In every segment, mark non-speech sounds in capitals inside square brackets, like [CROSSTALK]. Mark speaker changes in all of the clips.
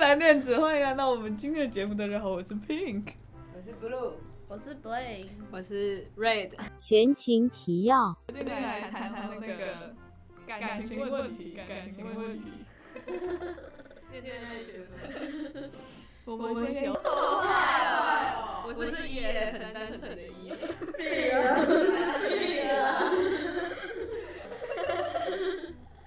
Speaker 1: 蓝电子，欢迎来到我们今天的节目。大家好，我是 Pink。
Speaker 2: 我是 Blue，
Speaker 3: 我是 Blake，
Speaker 4: 我是 Red，
Speaker 5: 前情提要：
Speaker 1: 今天来谈谈那个感情问题，感情问题。
Speaker 4: 天天在学
Speaker 1: 我们先有
Speaker 4: 好坏哦，我是也很单纯的也，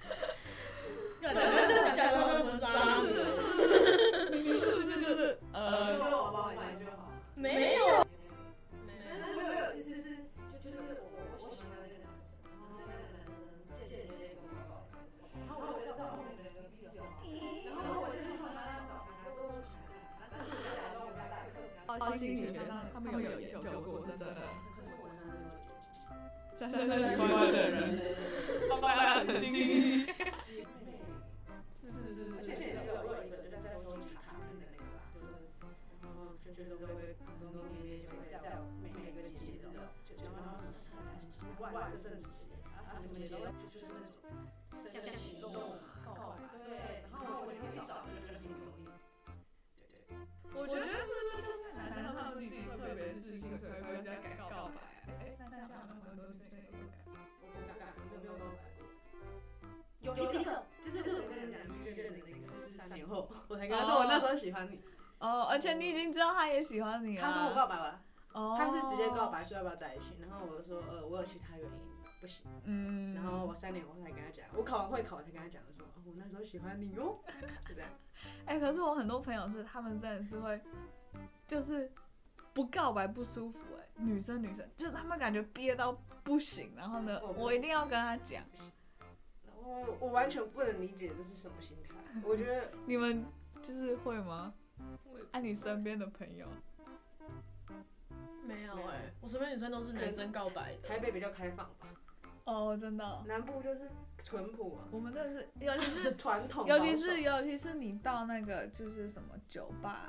Speaker 3: 讲讲讲么
Speaker 1: 是
Speaker 3: 渣，
Speaker 1: 是是是，你是不是就是
Speaker 2: 就
Speaker 1: 呃，
Speaker 2: 我帮你买就好。
Speaker 3: 没有，
Speaker 2: 但是没有，其实是就是我我喜欢那个男生，然后那个男生渐渐渐渐跟我告白，然后我就知道后面的人跟自己有，然后我就去帮他找他，他都是想看，然后就是假装我要代课，
Speaker 1: 花心女生他们有研究过，是真的，
Speaker 2: 可是我男的
Speaker 1: 三三三关关的人，他爸爸曾经经历
Speaker 2: 妹妹，
Speaker 1: 是是是
Speaker 2: 而
Speaker 1: 是
Speaker 2: 且现在有有一个就在收集卡片的那个吧，就是然后就就是会农农年年就会叫每每个姐姐的，就就然后是万万圣节，然后圣节都就是那种。像像启动啊，告白，对，然后我就会去找那个人很容易。
Speaker 1: 我觉得是不是就是男生他们自己特别自信，所以会比较敢告白。哎，那像他们很多女生也会敢。
Speaker 2: 我不敢，我没有告白过。有有一个，就是就是我跟人讲第一任的那个是三年后，我才跟他说我那时候喜欢你，啊
Speaker 1: 哦，而且你已经知道他也喜欢你了。
Speaker 2: 他跟我告白完了，
Speaker 1: 哦，
Speaker 2: 他是直接告。白说要不要在一起，然后我就说呃我有其他原因不行，
Speaker 1: 嗯，
Speaker 2: 然后我三年后才跟他讲，我考完会考我才跟他讲，我说哦我那时候喜欢你哦哟，就这样。
Speaker 1: 哎、可是我很多朋友是，他们真的是会，就是不告白不舒服、哎，女生女生就是他们感觉憋到不行，然后呢，
Speaker 2: 我不行
Speaker 1: 我一定要跟他讲。
Speaker 2: 我我完全不能理解这是什么心态，我觉得
Speaker 1: 你们就是会吗？
Speaker 4: 我也不
Speaker 1: 按、你身边的朋友，
Speaker 3: 没有
Speaker 2: 没有
Speaker 3: 哎，我身边女生都是男生告白的，
Speaker 2: 台北比较开放吧，
Speaker 1: 哦，真的哦、
Speaker 2: 南部就是淳朴啊，
Speaker 1: 我们真的是，尤其是
Speaker 2: 传统保
Speaker 1: 尤
Speaker 2: 守，
Speaker 1: 其是尤其是你到那个就是什么酒吧、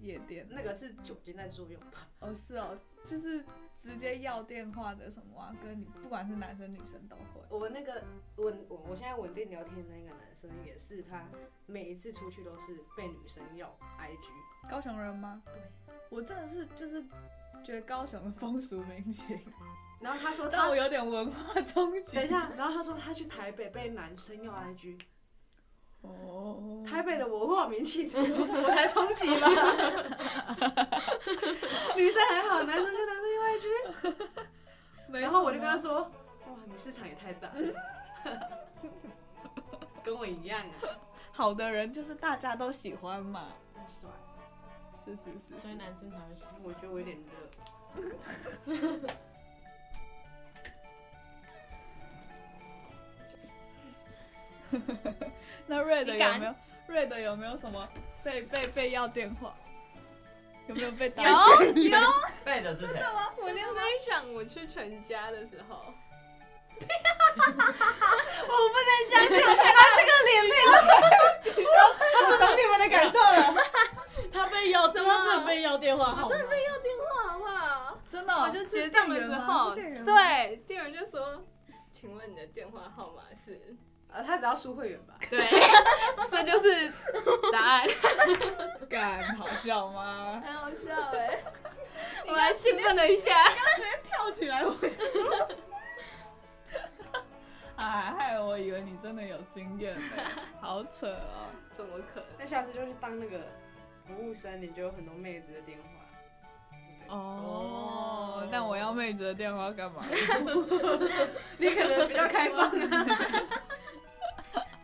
Speaker 1: 夜店，
Speaker 2: 那个是酒精在作用吧，
Speaker 1: 哦是哦，就是直接要电话的什么啊，跟你不管是男生女生都会。
Speaker 2: 我那个稳我我现在稳定聊天的那个男生也是，他每一次出去都是被女生要 IG，
Speaker 1: 高雄人吗？
Speaker 2: 对，
Speaker 1: 我真的是就是觉得高雄的风俗民情，
Speaker 2: 然后他说
Speaker 1: 但
Speaker 2: 他
Speaker 1: 我有点文化冲击
Speaker 2: 等一。下，然后他说他去台北被男生要 IG，
Speaker 1: 哦，
Speaker 2: 台北的文化名气， [LAUGHS] 我才冲击 [LAUGHS] 吧，女生还好，男生跟男生要 IG，
Speaker 1: 没啊
Speaker 2: 然后我就跟他
Speaker 1: 什么，
Speaker 2: 说，哇，你市场也太大 [LAUGHS] 了，跟我一样啊，
Speaker 1: 好的人就是大家都喜欢嘛。
Speaker 2: 很帅，
Speaker 1: 是是是
Speaker 3: 所以男生才会喜欢。
Speaker 2: 我觉得我有点热。
Speaker 1: 那瑞的
Speaker 3: 你
Speaker 1: 有
Speaker 3: 敢
Speaker 1: 没有？瑞的有没有什么被被被要电话？有没有被打？
Speaker 4: 有有，
Speaker 6: 背的是谁？
Speaker 4: 我就跟你讲，我去全家的时候，
Speaker 2: 我懂你们的感受了。
Speaker 3: 他被要，怎
Speaker 4: 么这
Speaker 3: 被要电话
Speaker 4: 我真的被要电话好不好？
Speaker 1: 真的哦、
Speaker 4: 我就
Speaker 1: 接
Speaker 4: 结账的时候，
Speaker 1: 对，
Speaker 4: 对，店员就说。请问你的电话号码是？
Speaker 2: 呃，他只要输会员吧。
Speaker 4: 对， [LAUGHS] 这就是答案。
Speaker 1: 敢好笑吗？
Speaker 4: 很好笑哎、 [LAUGHS] 我还兴奋了一下。
Speaker 1: [LAUGHS] 跳起来，我就说， [LAUGHS] 哎，害我以为你真的有经验呢， [LAUGHS] 好扯哦。
Speaker 4: 怎么可能？
Speaker 2: 那下次就是当那个服务生，你就有很多妹子的电话。
Speaker 1: 哦，但我要妹子的电话干嘛？
Speaker 2: 你可能比较开放 [LAUGHS] 啊，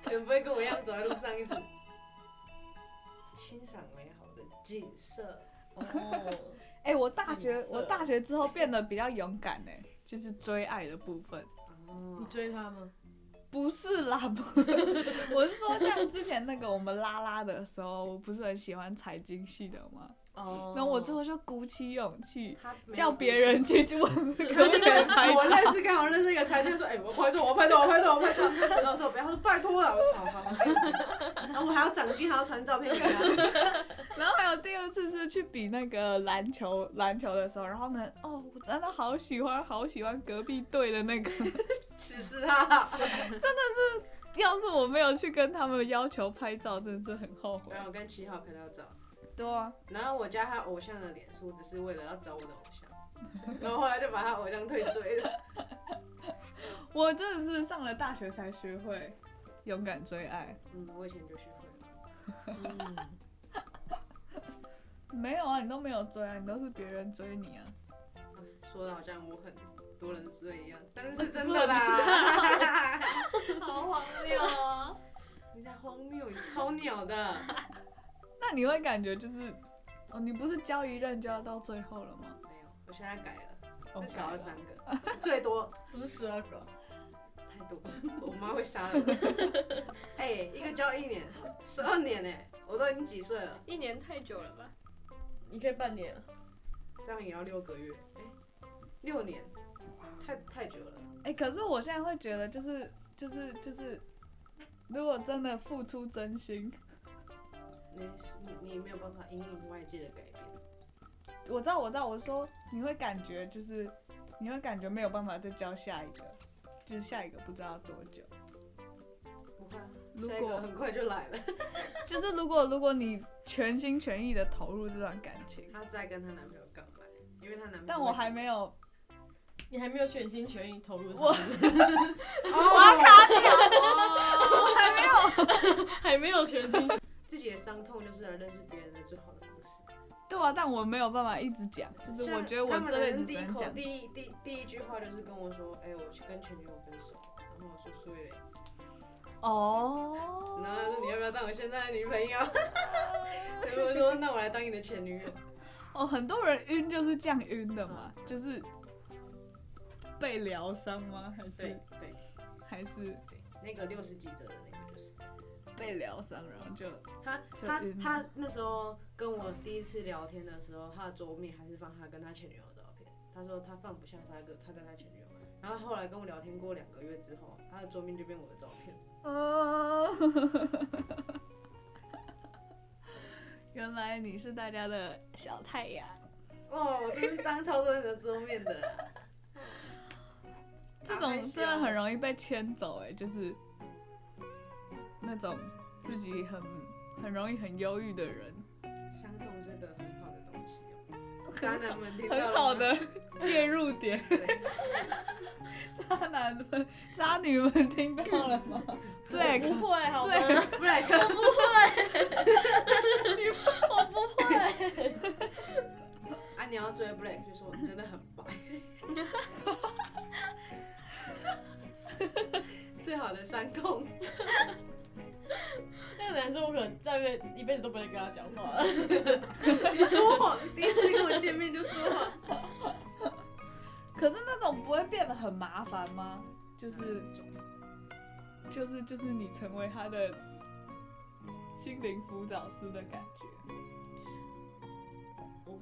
Speaker 2: 可能不会跟我一样走在路上一直欣赏美好的景色。
Speaker 3: 哦，
Speaker 1: [LAUGHS] 哎、我大学
Speaker 2: 是色
Speaker 1: 我大学之后变得比较勇敢呢，就是追爱的部分。
Speaker 2: 哦
Speaker 3: 你追他吗？
Speaker 1: 不是啦，不， [LAUGHS] 我是说像之前那个我们拉拉的时候，我不是很喜欢财经系的吗？
Speaker 3: 哦
Speaker 1: 然后我最后就鼓起勇气
Speaker 2: 他没有
Speaker 1: 叫别人去问 [LAUGHS] 可不
Speaker 2: 故事。
Speaker 1: 可以拍
Speaker 2: 我
Speaker 1: 照。
Speaker 2: 认识刚好认识一个才，就说：“哎、我拍照，我拍照，我拍照，我拍照。”然后我说：“不要。”他说：“拜托了。”我说：“好好好。”然后我还要掌机，还要传照片给他。
Speaker 1: 然后还有第二次是去比那个篮球篮球的时候，然后呢，哦，我真的好喜欢好喜欢隔壁队的那个，
Speaker 2: 此时他
Speaker 1: [LAUGHS] 要是我没有去跟他们要求拍照，真的是很后悔
Speaker 2: 然。后我跟七号可能要找，
Speaker 1: 对啊，
Speaker 2: 然后我加他偶像的脸书，只是为了要找我的偶像，然后后来就把他偶像退追了。
Speaker 1: 我真的是上了大学才学会勇敢追爱。
Speaker 2: 嗯，我以前就学会了，
Speaker 3: 嗯，
Speaker 1: 没有啊，你都没有追啊，你都是别人追你啊。
Speaker 2: 说的好像我很多人追一样，但是是真
Speaker 1: [LAUGHS]
Speaker 2: 的啦。
Speaker 4: 好荒谬哦！
Speaker 2: 你在荒谬，你超鸟的。
Speaker 1: 那你会感觉就是，哦，你不是交一任就要到最后了吗？
Speaker 2: 没有，我现在改了，
Speaker 1: 哦
Speaker 2: 至少要三个，最多
Speaker 3: 不是十二个，
Speaker 2: 太多了，我妈会杀了我。 [LAUGHS] 哎、一个交一年，十二年呢、我都已经几岁了，
Speaker 4: 一年太久了吧？
Speaker 3: 你可以半年。啊
Speaker 2: 这样也要六个月，哎、六年，太太久了。
Speaker 1: 哎、可是我现在会觉得就是就是就是，如果真的付出真心，
Speaker 2: 你你你没有办法因应外界的改变，
Speaker 1: 我知道我知道，我是说你会感觉就是你会感觉没有办法再交下一个，就是下一个不知道多久。
Speaker 2: 不会
Speaker 1: 如果
Speaker 2: 啊，下一个很快就来了。
Speaker 1: 就是如果如果你全心全意的投入这段感情，
Speaker 2: 她在跟她男朋友告白，因为她男朋友，
Speaker 1: 但我 [LAUGHS] 还没有，
Speaker 3: 你还没有全心全意投入他，
Speaker 1: 我
Speaker 2: 哦，
Speaker 4: 哦，
Speaker 1: 还没有，
Speaker 3: 还没有全心。
Speaker 2: 自己的伤痛就是来认识别人的最好的方式。
Speaker 1: 对啊，但我没有办法一直讲，就是我觉得我
Speaker 2: 像他们
Speaker 1: 这辈子
Speaker 2: 人
Speaker 1: 只
Speaker 2: 第一
Speaker 1: 能
Speaker 2: 口
Speaker 1: 讲
Speaker 2: 第一第第一句话就是跟我说，哎、我去跟前女友分手，然后我说所以嘞，
Speaker 1: 哦。
Speaker 2: 然后他说你要不要当我现在的女朋友？ [LAUGHS] 然后我说那我来当你的前女友。
Speaker 1: 哦，很多人晕就是这样晕的嘛，就是被疗伤吗？还
Speaker 2: 对
Speaker 1: 是
Speaker 2: 对
Speaker 1: 还是
Speaker 2: 对，那个六十几折的那个就是。
Speaker 1: 被疗伤，然后就
Speaker 2: 他
Speaker 1: 就
Speaker 2: 他
Speaker 1: 晕了
Speaker 2: 他那时候跟我第一次聊天的时候，他的桌面还是放他跟他前女友的照片。他说他放不下他跟他跟他前女友。然后后来跟我聊天过两个月之后，他的桌面就变我的照片。
Speaker 1: 嗯， [LAUGHS] 原来你是大家的小太阳，
Speaker 2: 哦，我真是当超多人的桌面的啊。
Speaker 1: 这种真的很容易被牵走哎、就是那种自己很很容易很忧郁的人，
Speaker 2: 伤痛是个很好的东西哦。渣男们听到了吗
Speaker 1: 很好，的介入点。
Speaker 2: 对
Speaker 1: [LAUGHS] 渣男们、渣女们听到了
Speaker 2: [LAUGHS]
Speaker 1: 吗？Black
Speaker 3: 不会，好吗？
Speaker 2: 不然看
Speaker 3: [LAUGHS] 我不会。
Speaker 2: 啊，你要追 Black 就说你真的很白。 [LAUGHS] 最好的伤痛，
Speaker 3: 那个男生我可能再辈一辈子都不会跟他讲话了。
Speaker 2: 你说谎，第一次跟我见面就说谎。
Speaker 1: 可是那种不会变得很麻烦吗？就是，就是，就是你成为他的心灵辅导师的感觉。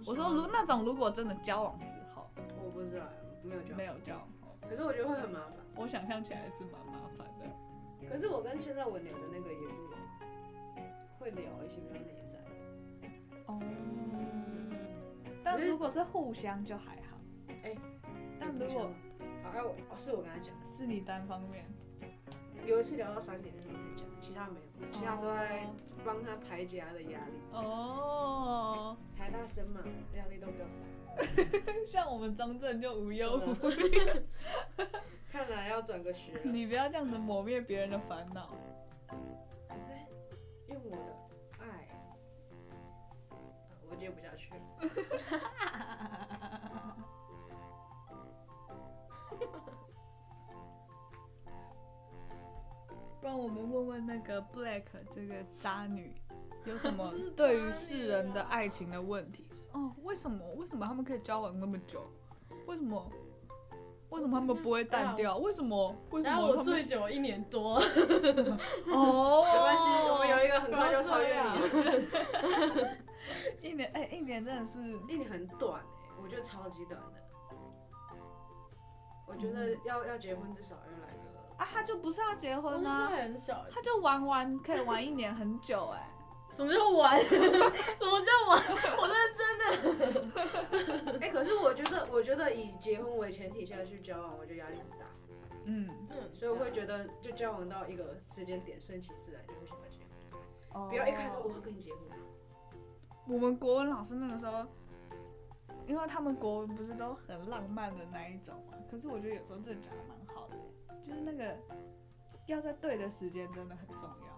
Speaker 1: 我说，如那种如果真的交往之后，
Speaker 2: 我不知道，没有交
Speaker 1: 没。有交往后，
Speaker 2: 可是我觉得会很麻烦。
Speaker 1: 我想象起来是蛮麻烦的。
Speaker 2: 可是我跟现在我聊的那个也是会聊一些比较内在的。
Speaker 1: 哦，但如果是互相就还好。
Speaker 2: 哎
Speaker 1: 但如果
Speaker 2: 啊，哎我哦，是我跟他讲，
Speaker 1: 是你单方面，
Speaker 2: 有一次聊到三点的时候才讲，其他没有，其他都在帮他排解他的压力。
Speaker 1: 哦，
Speaker 2: 台大生嘛，压力都比较大。
Speaker 1: 哦像我们中正就无忧无虑。
Speaker 2: 看来要转个学了，
Speaker 1: 你不要这样子抹灭别人的烦恼。
Speaker 2: 用我的爱，啊我接不下去了。
Speaker 1: 不然我们问问那个 Black 这个渣女，有什
Speaker 3: [LAUGHS]
Speaker 1: 么对于世
Speaker 3: 啊
Speaker 1: 人的爱情的问题？哦，为什么？为什么他们可以交往那么久？为什么？为什么他们不会淡掉？为什么？为什
Speaker 3: 然后
Speaker 1: 么
Speaker 3: 我
Speaker 1: 他
Speaker 3: 醉
Speaker 1: 们？
Speaker 3: 酒一年多，
Speaker 1: 哦，
Speaker 2: 没关系，我们有一个很
Speaker 3: 很
Speaker 2: 快就超越你了。
Speaker 1: 一年，哎、一年真的是，
Speaker 2: 一年很短哎、我觉得超级短的。我觉得要要结婚至少要来个，
Speaker 1: 啊，他就不是要结
Speaker 3: 我
Speaker 1: 婚
Speaker 3: 那时候
Speaker 1: 啊，
Speaker 3: 还很小，
Speaker 1: 他就玩玩，可以玩一年很久、哎。
Speaker 3: 什么叫 [LAUGHS] 玩？什么叫玩？我认真的。
Speaker 2: 哎、可是我觉得我我觉得以结婚为前提下去交往，我觉得压力很大，
Speaker 1: 嗯，
Speaker 4: 嗯，
Speaker 2: 所以
Speaker 3: 啊
Speaker 2: 我会觉得就交往到一个时间点，顺其自然就会喜欢这样。
Speaker 1: 不
Speaker 2: 不要一开始我要跟你结婚，啊
Speaker 1: 我们国文老师那个时候，因为他们国文不是都很浪漫的那一种嘛，可是我觉得有时候真的讲的蛮好的欸、就是那个要在对的时间真的很重要。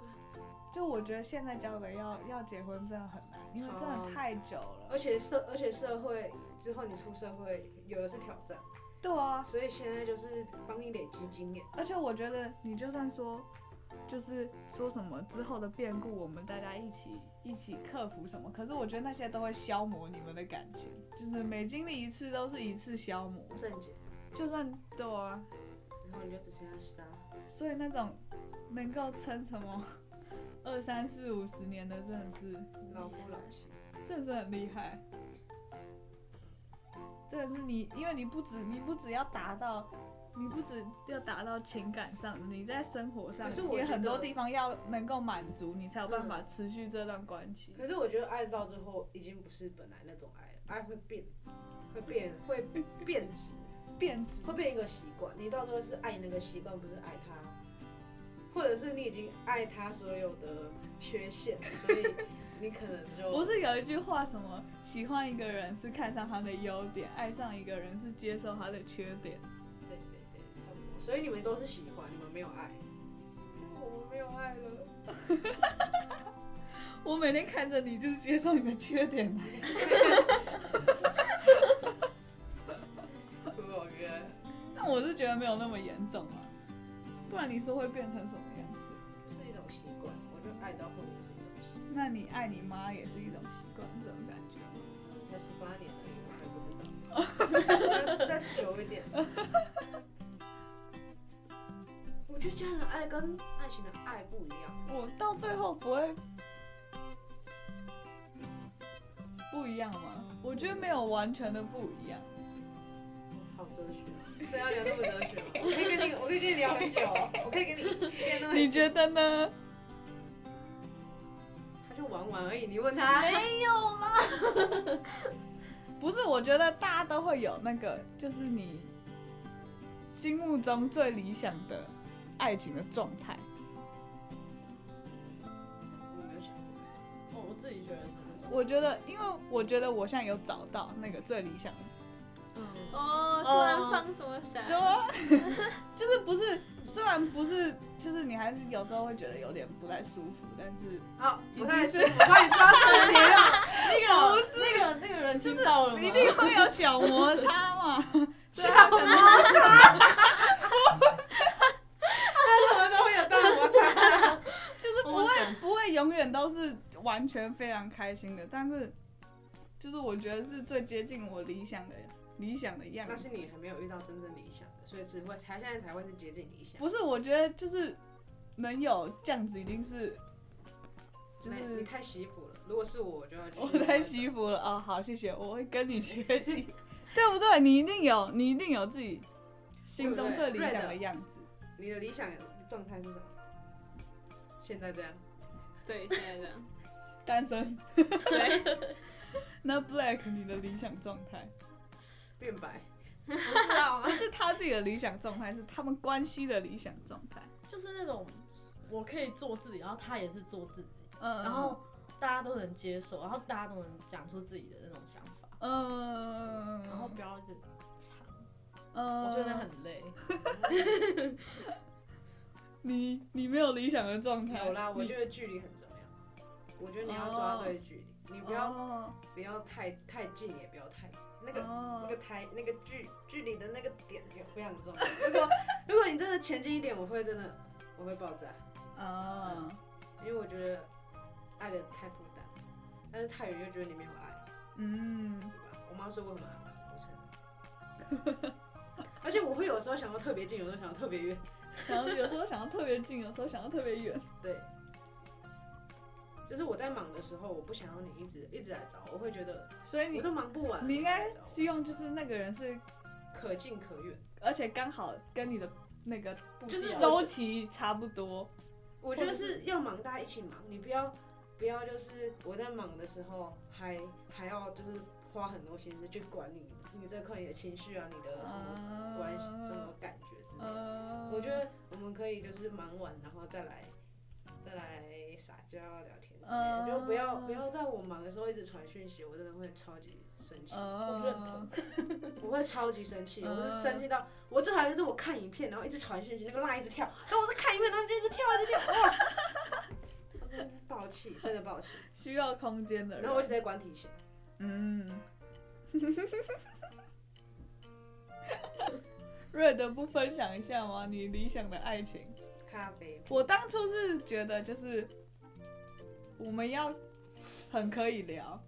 Speaker 1: 就我觉得现在教的要要结婚真的很难，因为真的太久了。
Speaker 2: 而且社而且社会之后你出社会有的是挑战，
Speaker 1: 对啊，
Speaker 2: 所以现在就是帮你累积经验。
Speaker 1: 而且我觉得你就算说，就是说什么之后的变故，我们大家一起一起克服什么，可是我觉得那些都会消磨你们的感情，就是每经历一次都是一次消磨。
Speaker 2: 正解，
Speaker 1: 就算对啊，
Speaker 2: 然后你就只剩下沙。
Speaker 1: 所以那种能够撑什么 [LAUGHS] 二三四五十年的，真的是，
Speaker 2: 老夫老妻，
Speaker 1: 真的是很厉害。这个是你，因为你不止，你不只要达到，你不只要达到情感上，你在生活上
Speaker 2: 可是我
Speaker 1: 也
Speaker 2: 觉
Speaker 1: 很多
Speaker 2: 得
Speaker 1: 地方要能够满足，你才有办法持续这段关系。
Speaker 2: 可是我觉得爱到最后已经不是本来那种爱了，爱会变，会变，会变质，
Speaker 1: 变质
Speaker 2: 会变一个习惯。你到最后是爱那个习惯，不是爱他，或者是你已经爱他所有的缺陷，所以你可能 [LAUGHS] 就
Speaker 1: 不是有一句话什么喜欢一个人是看上他的优点，爱上一个人是接受他的缺点。
Speaker 2: 对对对，差不多。所以你们都是喜欢，你们没有爱。我们没有爱了，
Speaker 1: 我每天看着你，就是接受你的缺点吧。
Speaker 2: 不老哥。
Speaker 1: [LAUGHS] 但我是觉得没有那么严重啊，不然你说会变成什么样子？
Speaker 2: 是一种习惯，我就爱到后面是一种习惯。
Speaker 1: 那你爱你妈也是一种习惯，这种感觉。
Speaker 2: 才十八年而已，我还不知道， [LAUGHS] 再久一点。我觉得家人爱跟爱情的爱不一样，
Speaker 1: 我到最后不会不一样吗？我觉得没有完全的不一样。
Speaker 2: 好哲学。 [LAUGHS] 这要聊那么哲学吗？我可以跟你，我可以跟你聊很久哦，我可以跟你聊那么
Speaker 1: 你觉得呢？
Speaker 2: 他就玩玩而已，你问他。
Speaker 1: 没有啦，不是，我觉得大家都会有那个，就是你心目中最理想的爱情的状态。
Speaker 2: 我没有想过，
Speaker 3: 哦，我自己觉得是那种。
Speaker 1: 我觉得，因为我觉得我现在有找到那个最理想的，
Speaker 2: 嗯，
Speaker 4: 哦，突然放什么闪？
Speaker 1: 对啊， [LAUGHS] 就是不是，虽然不是，就是你还是有时候会觉得有点不太舒服，但是
Speaker 2: 好，
Speaker 1: 已
Speaker 2: 我开
Speaker 1: 经
Speaker 2: 始，
Speaker 1: 是
Speaker 2: 我帮你抓重点 [LAUGHS] 了。
Speaker 3: 那个那个那个人
Speaker 1: 就是
Speaker 3: 知道了吗
Speaker 1: 一定会有小摩擦 [LAUGHS] 嘛，啊小
Speaker 2: 摩擦，不是，他什么都会有大摩擦。
Speaker 1: [LAUGHS] 就是不会不会永远都是完全非常开心的，但是就是我觉得是最接近我理想的理想的样子。
Speaker 2: 但是你还没有遇到真正理想的，所以只会才现在才会是接近理想。
Speaker 1: 不是？我觉得就是能有这样子已经是，就
Speaker 2: 没你
Speaker 1: 是
Speaker 2: 太惜福了。如果是我，我就要去
Speaker 1: 我太惜福了哦。好，谢谢，我会跟你学习， [LAUGHS] 对不对？你一定有，你一定有自己心中最理想的样子。
Speaker 2: 你的理想状态是什么？现在这样，
Speaker 4: 对，现在这样。
Speaker 1: 单身，
Speaker 4: 对，
Speaker 1: [LAUGHS] 那 Black 你的理想状态
Speaker 2: 变白，
Speaker 4: 不知道
Speaker 1: 不
Speaker 4: 啊，
Speaker 1: 是他自己的理想状态，是他们关系的理想状态。
Speaker 3: 就是那种我可以做自己，然后他也是做自己，
Speaker 1: 嗯，
Speaker 3: 然后大家都能接受，然后大家都能讲出自己的那种想法，
Speaker 1: 嗯，
Speaker 3: 然后不要一直藏，
Speaker 1: 嗯，
Speaker 3: 我觉得很累。
Speaker 1: 你你没有理想的状态，
Speaker 2: 有啦。我
Speaker 1: 你
Speaker 2: 觉得距离很重要，我觉得你要抓对距离，你不要、
Speaker 1: 哦
Speaker 2: 不要太太近，也不要太那个。那
Speaker 1: 哦
Speaker 2: 个台那个距距离的那个点也非常
Speaker 1: [LAUGHS]
Speaker 2: 重要。如果如果你真的前进一点，我会真的我会爆炸，
Speaker 1: 哦
Speaker 2: 因为我觉得爱的太负担，但是太远又觉得你没有爱。
Speaker 1: 嗯，
Speaker 2: 我妈说过很麻烦，我承认。 [LAUGHS] 而且我会有时候想要特别近，有时候想要特别远。
Speaker 1: 想要有时候想要特别近，有时候想要特别远，
Speaker 2: 对，就是我在忙的时候，我不想要你一直一直来找我，我会觉得
Speaker 1: 所以
Speaker 2: 我
Speaker 1: 你
Speaker 2: 都忙不完。
Speaker 1: 你应该
Speaker 2: 一直来找我
Speaker 1: 希望就是那个人是，
Speaker 2: 可近可远。
Speaker 1: 而且刚好跟你的那个
Speaker 3: 不
Speaker 2: 就是
Speaker 3: 一样
Speaker 1: 周期差不多，
Speaker 2: 我觉得是要忙，大家一起忙，你不要不要就是我在忙的时候还还要就是花很多心思去管你你这块你的情绪啊，你的什么关系、什么感觉之类的。
Speaker 1: 呃
Speaker 2: 我觉得我们可以就是忙完，然后再来再来撒娇聊天之类
Speaker 1: 呃
Speaker 2: 的，就不要不要在我忙的时候一直传讯息，我真的会超级生气，
Speaker 1: 呃
Speaker 3: 我认同
Speaker 2: 我会超级生气，
Speaker 1: 嗯
Speaker 2: 我是生气到我最讨厌就是我看影片，然后一直传讯息，那个浪一直跳，然后我在看影片，然后就一直跳一直跳，哇！我
Speaker 3: [LAUGHS]
Speaker 2: 真的是爆气，真的爆气，
Speaker 1: 需要空间的人。
Speaker 2: 然后我就直接关提醒。
Speaker 1: 嗯，瑞德不分享一下吗？你理想的爱情？
Speaker 2: 咖啡，
Speaker 1: 我当初是觉得就是我们要很可以聊，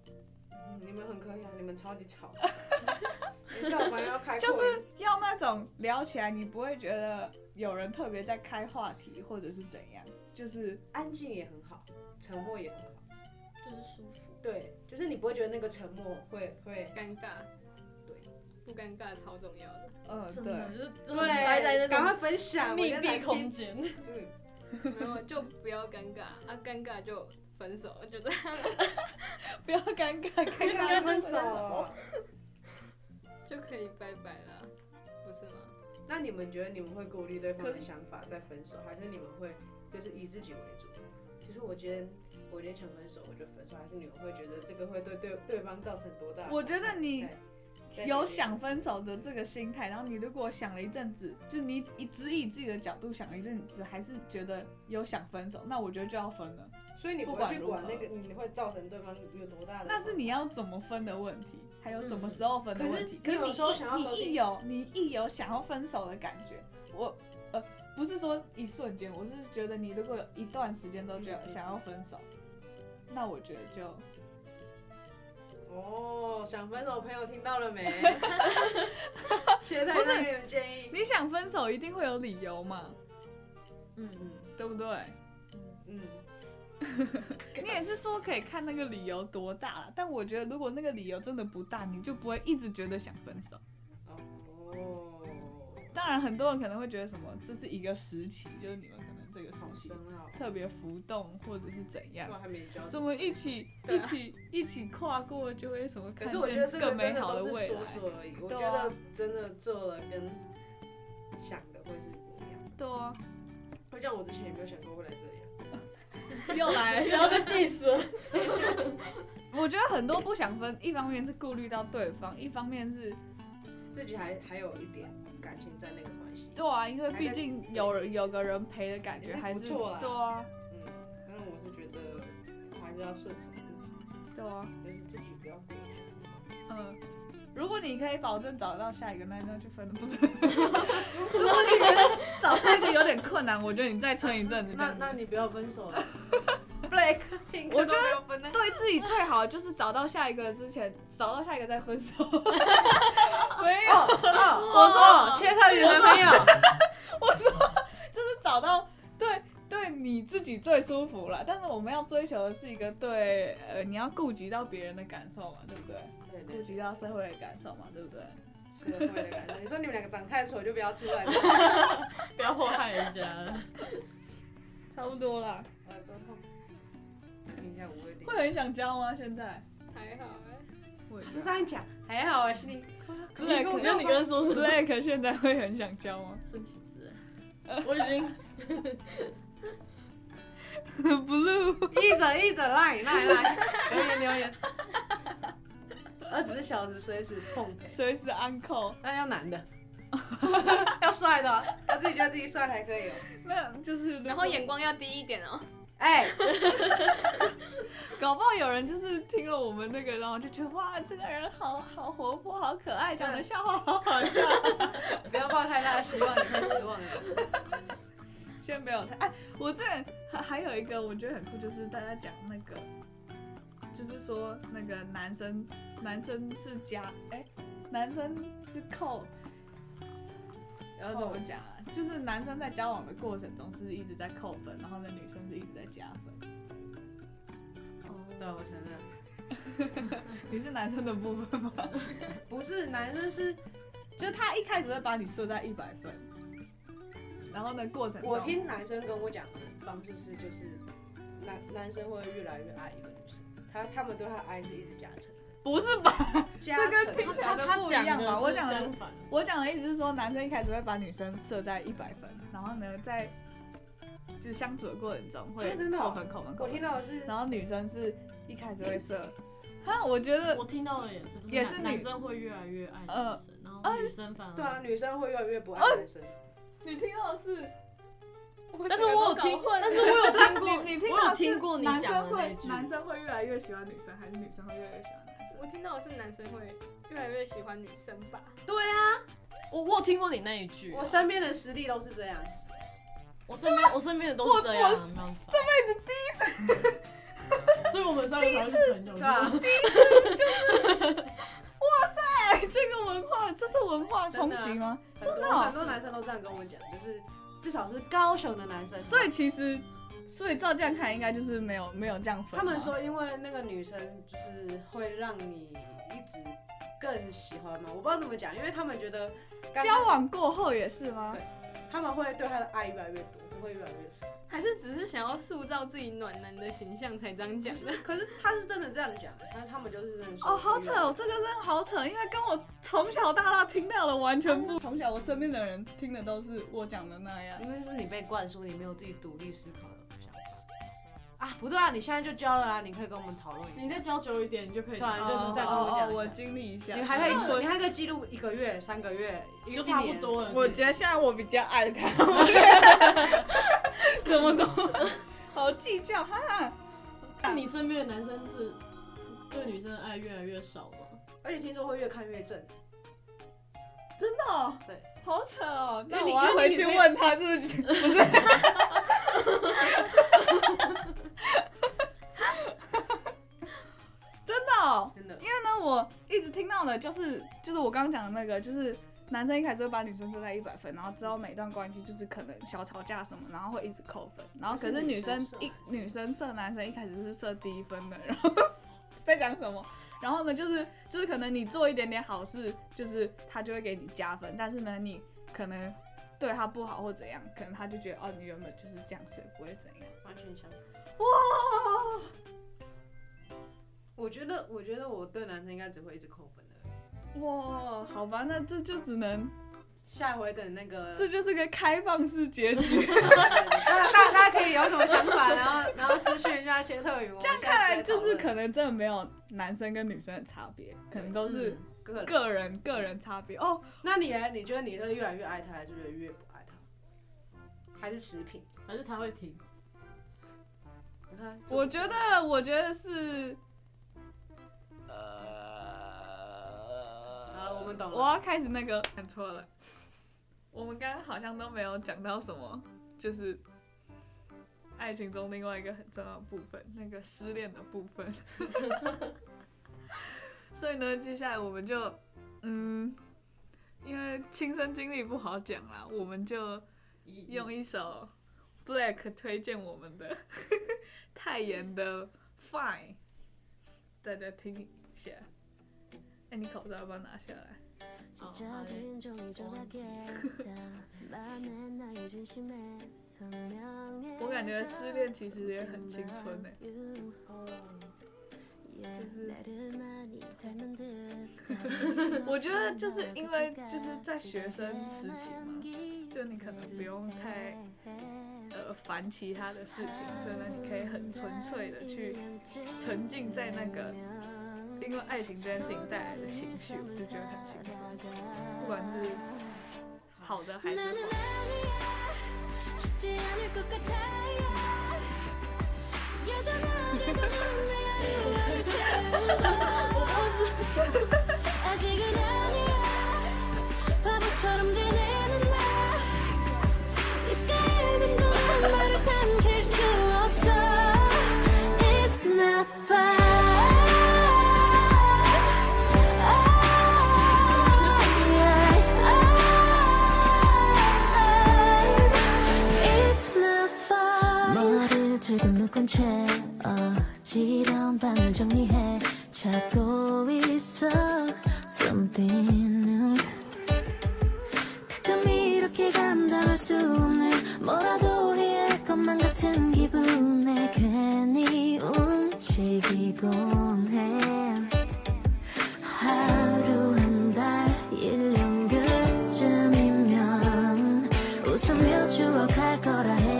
Speaker 2: 嗯你们很可以啊，你们超级
Speaker 3: [LAUGHS]
Speaker 2: 吵，你知道我们要开
Speaker 1: 就
Speaker 2: 扩音
Speaker 1: 是要那种聊起来你不会觉得有人特别在开话题或者是怎样，就是
Speaker 2: 安静也很好，沉默也很好。
Speaker 3: 就是舒服。
Speaker 2: 对，就是你不会觉得那个沉默会会
Speaker 4: 尴尬，
Speaker 2: 对，
Speaker 4: 不尴尬超重要的。
Speaker 1: 嗯、
Speaker 3: 真
Speaker 1: 对，
Speaker 3: 的就是
Speaker 2: 对，
Speaker 3: 待在
Speaker 2: 赶
Speaker 3: 那
Speaker 2: 快分享
Speaker 3: 种密
Speaker 2: 我觉得
Speaker 3: 闭
Speaker 2: 哪
Speaker 3: 空间，
Speaker 2: [LAUGHS] 嗯，
Speaker 4: 然后就不要尴尬啊，尴尬就分手，我觉得 [LAUGHS]
Speaker 1: [LAUGHS] 不要尴尬，尴
Speaker 2: 看
Speaker 1: 尬
Speaker 2: 看
Speaker 1: 分
Speaker 2: [LAUGHS]
Speaker 1: 手。
Speaker 2: 分
Speaker 3: [LAUGHS]
Speaker 2: 手。
Speaker 4: 就可以拜拜啦，不是吗？
Speaker 2: 那你们觉得你们会顾虑对方
Speaker 1: 可
Speaker 2: 的想法再分手，还是你们会就是以自己为主？就是我今天我今天想分手我就分手，还是你们会觉得这个会对对对方造成多大的伤害？
Speaker 1: 我觉得你
Speaker 2: 对对
Speaker 1: 有想分手的这个心态，然后你如果想了一阵子，就你以只以自己的角度想了一阵子，还是觉得有想分手，那我觉得就要分了。
Speaker 2: 所以你
Speaker 1: 不
Speaker 2: 不会
Speaker 1: 管
Speaker 2: 去
Speaker 1: 如
Speaker 2: 管
Speaker 1: 何
Speaker 2: 那个你会造成对方有多大的伤害？
Speaker 1: 那是你要怎么分的问题，还有什么时候分的问题。
Speaker 2: 可是
Speaker 1: 你
Speaker 2: 有时候想要
Speaker 1: 一
Speaker 2: 和
Speaker 1: 你
Speaker 2: 平
Speaker 1: 一有你一有想要分手的感觉，我呃不是说一瞬间，我是觉得你如果有一段时间都觉
Speaker 2: 嗯
Speaker 1: 得
Speaker 2: 嗯
Speaker 1: 想要分手，那我觉得就
Speaker 2: 哦，想分手的朋友听到 [LAUGHS] 了没？缺代
Speaker 1: 不是
Speaker 2: 那个人建议。
Speaker 1: 你想分手一定会有理由嘛，
Speaker 2: 嗯
Speaker 1: 对不对？
Speaker 2: 嗯，
Speaker 1: [LAUGHS] 你也是说可以看那个理由多大啦，但我觉得如果那个理由真的不大，你就不会一直觉得想分手。
Speaker 2: 哦，
Speaker 1: 当然，很多人可能会觉得什么，这是一个时期，就是你们可能这个时
Speaker 2: 好
Speaker 1: 期
Speaker 2: 深奥、
Speaker 1: [LAUGHS]
Speaker 2: 哦，
Speaker 1: 特别浮动或者是怎样
Speaker 2: 我，还没教。
Speaker 1: 怎么一起
Speaker 4: 对
Speaker 1: 一
Speaker 4: 啊
Speaker 1: 起一起跨过就会什么
Speaker 2: 可
Speaker 1: 看
Speaker 2: 是我觉得这
Speaker 1: 见
Speaker 2: 个
Speaker 1: 更美
Speaker 2: 真的
Speaker 1: 好
Speaker 2: 都
Speaker 1: 的
Speaker 2: 是
Speaker 1: 未
Speaker 2: 说
Speaker 1: 来？
Speaker 2: 说而已，我
Speaker 1: 对
Speaker 2: 觉
Speaker 1: 啊
Speaker 2: 得真的做了跟想的会是不一样的。
Speaker 1: 对啊，
Speaker 2: 就像我之前也没有想过会来这里啊。
Speaker 1: 又来
Speaker 3: 不
Speaker 1: 了。
Speaker 3: 要再 diss 了。
Speaker 1: 我觉得很多不想分，一方面是顾虑到对方，一方面是
Speaker 2: 自己还还有一点感情在那个关系，
Speaker 1: 对啊，因为毕竟有人有个人陪的感觉
Speaker 2: 也是
Speaker 1: 还
Speaker 2: 不
Speaker 1: 是
Speaker 2: 错啦
Speaker 1: 对啊，
Speaker 2: 嗯，但是我是觉得我还是要顺从自己，
Speaker 1: 对啊。
Speaker 2: 就是自己不要过太多。
Speaker 1: 嗯，如果你可以保证找到下一个，那就去分了。不
Speaker 2: [LAUGHS]
Speaker 1: 是，
Speaker 2: 什么？
Speaker 1: 找下一个有点困难，我觉得你再撑一阵子。
Speaker 2: 那那你不要分手 [LAUGHS] 了。
Speaker 1: Black，我觉
Speaker 2: 得分了。
Speaker 1: 对自己最好就是找到下一个之前，找到下一个再分手。没有，
Speaker 2: 哦 [LAUGHS] 我说缺少你的男朋友，
Speaker 1: 就是找到对对你自己最舒服了。但是我们要追求的是一个对呃，你要顾及到别人的感受嘛，对不对？
Speaker 2: [LAUGHS] 对
Speaker 1: 顾及到社会的感受嘛，对不对？
Speaker 2: 社会的感觉。你说你们两个长太丑就不要出 [LAUGHS] 来了，
Speaker 3: 不要祸害人家。
Speaker 1: 差不多啦。
Speaker 2: 耳朵痛。影响五位点。
Speaker 1: 会很想交吗？现在？
Speaker 4: 还好哎、
Speaker 1: 会
Speaker 2: 就这样讲还好啊，心里。
Speaker 1: Black，
Speaker 3: 你跟你刚刚说是
Speaker 1: Black 现在会很想交吗？
Speaker 3: 顺其自然。我已经
Speaker 1: Blue，
Speaker 2: 一整一整赖赖赖，留言留言。二十四小时随时碰杯，
Speaker 1: 随时 uncle，
Speaker 2: 但要男的， [LAUGHS] 要帅的哦，他自己觉得自己帅才可以哦。
Speaker 1: 那就是如果
Speaker 4: 然后眼，光要低一点哦、
Speaker 2: 哎，
Speaker 1: 搞不好有人就是听了我们那个，然后就觉得哇，这个人好好活泼，好可爱，讲的笑话好好笑。
Speaker 2: 不要抱太大的希望，你会失望的。
Speaker 1: 先不要太哎，我这还还有一个我觉得很酷，就是大家讲那个，就是说那个男生男生是加哎，男生是扣。要怎么讲啊？就是男生在交往的过程中是一直在扣分，然后那女生是一直在加分。
Speaker 4: 哦
Speaker 2: 对，我承认。
Speaker 1: 你是男生的部
Speaker 2: [LAUGHS]
Speaker 1: 分吗？
Speaker 2: 不是男生是，
Speaker 1: 就是他一开始会把你设在一百分，然后呢过程中
Speaker 2: 我听男生跟我讲的方式是，就是男男生会越来越爱一个女生，他他们对他的爱是一直加成的，
Speaker 1: 不是吧？
Speaker 2: 这
Speaker 1: 跟听起来的不一样吧我讲的
Speaker 3: 相反，
Speaker 1: 我讲的意思是说，男生一开始会把女生设在一百分，然后呢，在就是相处的过程中会
Speaker 2: 啊真的哦
Speaker 1: 扣分扣分扣
Speaker 2: 我听
Speaker 1: 分，
Speaker 2: 到的是
Speaker 1: 然后女生是一开始会设，哈，我觉得
Speaker 3: 我听到的也是，
Speaker 1: 也
Speaker 3: 就是是
Speaker 1: 女
Speaker 3: 男男生会越来越爱女生，然后女生反而
Speaker 2: 对啊，，女生会越来越不
Speaker 1: 哦
Speaker 2: 爱男生。
Speaker 1: 你听到的是，
Speaker 3: 但是我有听，但是我有听过，
Speaker 1: [LAUGHS] 你你听
Speaker 3: 我
Speaker 1: 到
Speaker 3: 有
Speaker 1: 的是
Speaker 3: 听过你
Speaker 1: 男
Speaker 3: 讲
Speaker 1: 生
Speaker 3: 的那
Speaker 1: 会
Speaker 3: 一句，
Speaker 1: 男生会越来越喜欢女生，还是女生会越来越喜欢男生？
Speaker 4: 我听到的是男生会越来越喜欢女生吧？
Speaker 2: 对啊，
Speaker 3: 我我有听过你那一句，
Speaker 2: 我身边的实力都是这样。
Speaker 3: 我身边我身边的都是这样，
Speaker 1: 我
Speaker 3: 没办法，这
Speaker 1: 辈
Speaker 3: 子第一次，所以我们三个才会是朋友，是吧？
Speaker 1: 哎，这个文化，这是文化冲击吗？
Speaker 2: 真
Speaker 1: 的哦
Speaker 2: 很多男生都这样跟我讲，就是至少是高雄的男生，
Speaker 1: 所以其实，所以照这样看，应该就是没有没有这样分。
Speaker 2: 他们，说，因为那个女生就是会让你一直更喜欢嘛，我不知道怎么讲，因为他们觉得刚
Speaker 1: 交往过后也是吗？
Speaker 2: 他们会对他的爱越来越多，不会越来越少。
Speaker 4: 还是只是想要塑造自己暖男的形象才这样讲的？
Speaker 2: 可是他是真的这样讲，但是他们就是真的说
Speaker 1: 哦，好扯哦，这个真的好扯，因为跟我从小到大听到的完全不。从小我身边的人听的都是我讲的那样。
Speaker 2: 因为是你被灌输，你没有自己独立思考的想法啊，不对啊，你现在就交了啊，你可以跟我们讨论一
Speaker 3: 你
Speaker 2: 下，
Speaker 3: 再教久一点，你就可以
Speaker 2: 对啊
Speaker 3: 知
Speaker 2: 你
Speaker 3: 道，
Speaker 2: 就是在跟我
Speaker 1: 哦
Speaker 2: 讲
Speaker 1: 哦哦我经历一下，
Speaker 2: 你还可
Speaker 1: 那
Speaker 2: 以，
Speaker 1: 我
Speaker 2: 啊你还可以记录一个月、三个月，一
Speaker 3: 就
Speaker 2: 一
Speaker 3: 差不
Speaker 2: 年
Speaker 3: 多了。
Speaker 1: 我
Speaker 3: 是不
Speaker 1: 觉
Speaker 3: 是
Speaker 1: 得现在我比较爱他，怎么说？好计较哈哈。
Speaker 3: 那你身边的男生是对女生的爱越来越少吗？
Speaker 2: 而且听说会越看越正，
Speaker 1: 真的、哦，
Speaker 2: 对，
Speaker 1: 好扯哦。
Speaker 2: 因为
Speaker 1: 那
Speaker 2: 你
Speaker 1: 我要
Speaker 2: 因为
Speaker 1: 回
Speaker 2: 你
Speaker 1: 去
Speaker 2: 没
Speaker 1: 问他是不是不 [LAUGHS] 是？真的、哦，
Speaker 2: 真的。
Speaker 1: 因为呢，我一直听到的就是就是我刚刚讲的那个，就是男生一开始会把女生设在一百分，然后之后每段关系就是可能小吵架什么，然后会一直扣分，然后可是女生
Speaker 2: 可是
Speaker 1: 一女
Speaker 2: 女生设
Speaker 1: 生设男生一开始是设低分的，然后在讲什么？然后呢，就是就是可能你做一点点好事，就是他就会给你加分，但是呢，你可能对他不好或怎样，可能他就觉得哦，你原本就是这样，所以不会怎样。
Speaker 2: 完全相反。我觉得，我觉得我对男生应该只会一直扣分的。
Speaker 1: 哇，好吧，那这就只能，
Speaker 2: 下回等那个，
Speaker 1: 这就是个开放式结局。
Speaker 2: 大大大家可以有什么想法，然后然后私讯一下切特语。
Speaker 1: 这样看来，就是可能真的没有男生跟女生的差别，可能都是
Speaker 3: 嗯
Speaker 2: 个人。
Speaker 1: 个人个人差别哦。
Speaker 2: 那你呢？你觉得你会越来越爱他，还是越来越不爱他？还是持平？
Speaker 3: 还是他会停？
Speaker 2: 你看，
Speaker 1: 我觉得，我觉得是，
Speaker 2: 好了，我们懂
Speaker 1: 我
Speaker 2: 了。
Speaker 1: 要开始那个看错了，我们刚刚好像都没有讲到什么，就是爱情中另外一个很重要的部分，那个失恋的部
Speaker 2: [LAUGHS]
Speaker 1: 分。所以呢，接下来我们就，嗯，因为亲身经历不好讲啦，我们就用一首 Black 推荐我们的 [LAUGHS] 泰妍的 Fine，大家听一下。哎、你口罩要不要拿下来？
Speaker 3: 哦
Speaker 6: 찢어진 종이 조각에 밤에 나의 진심에 선명해
Speaker 1: 我感觉失恋其实也很青春呢、
Speaker 6: You. Yeah,
Speaker 1: 그래서-
Speaker 6: 나를 많이 닮은 듯
Speaker 1: [LAUGHS] 我觉得就是因为就是在学生时期嘛，就你可能不用太呃烦其他的事情，所以呢，你可以很纯粹的去沉浸在那个因为爱情这件事情带来的情绪，我就觉得很幸福，不管是好的还是坏的。
Speaker 6: 쉽지 않을 것 같아요 예전 어디도 내 어려움을 채우고 아직은 아니야 바보처럼 되뇌는 나입가에 빈도는 말을 삼킬 수 없어 It's not 아. fun Alright, alright. It's not fun. 머리를 지금 묶은 채 어, 어지러운 방을 정리해 찾고 있어 something new. 가끔 이렇게 감당할 수 없는 뭐라도 해야 할 것만 같은 기분에 괜히 움직이곤 해. 묘추억할 거라 해그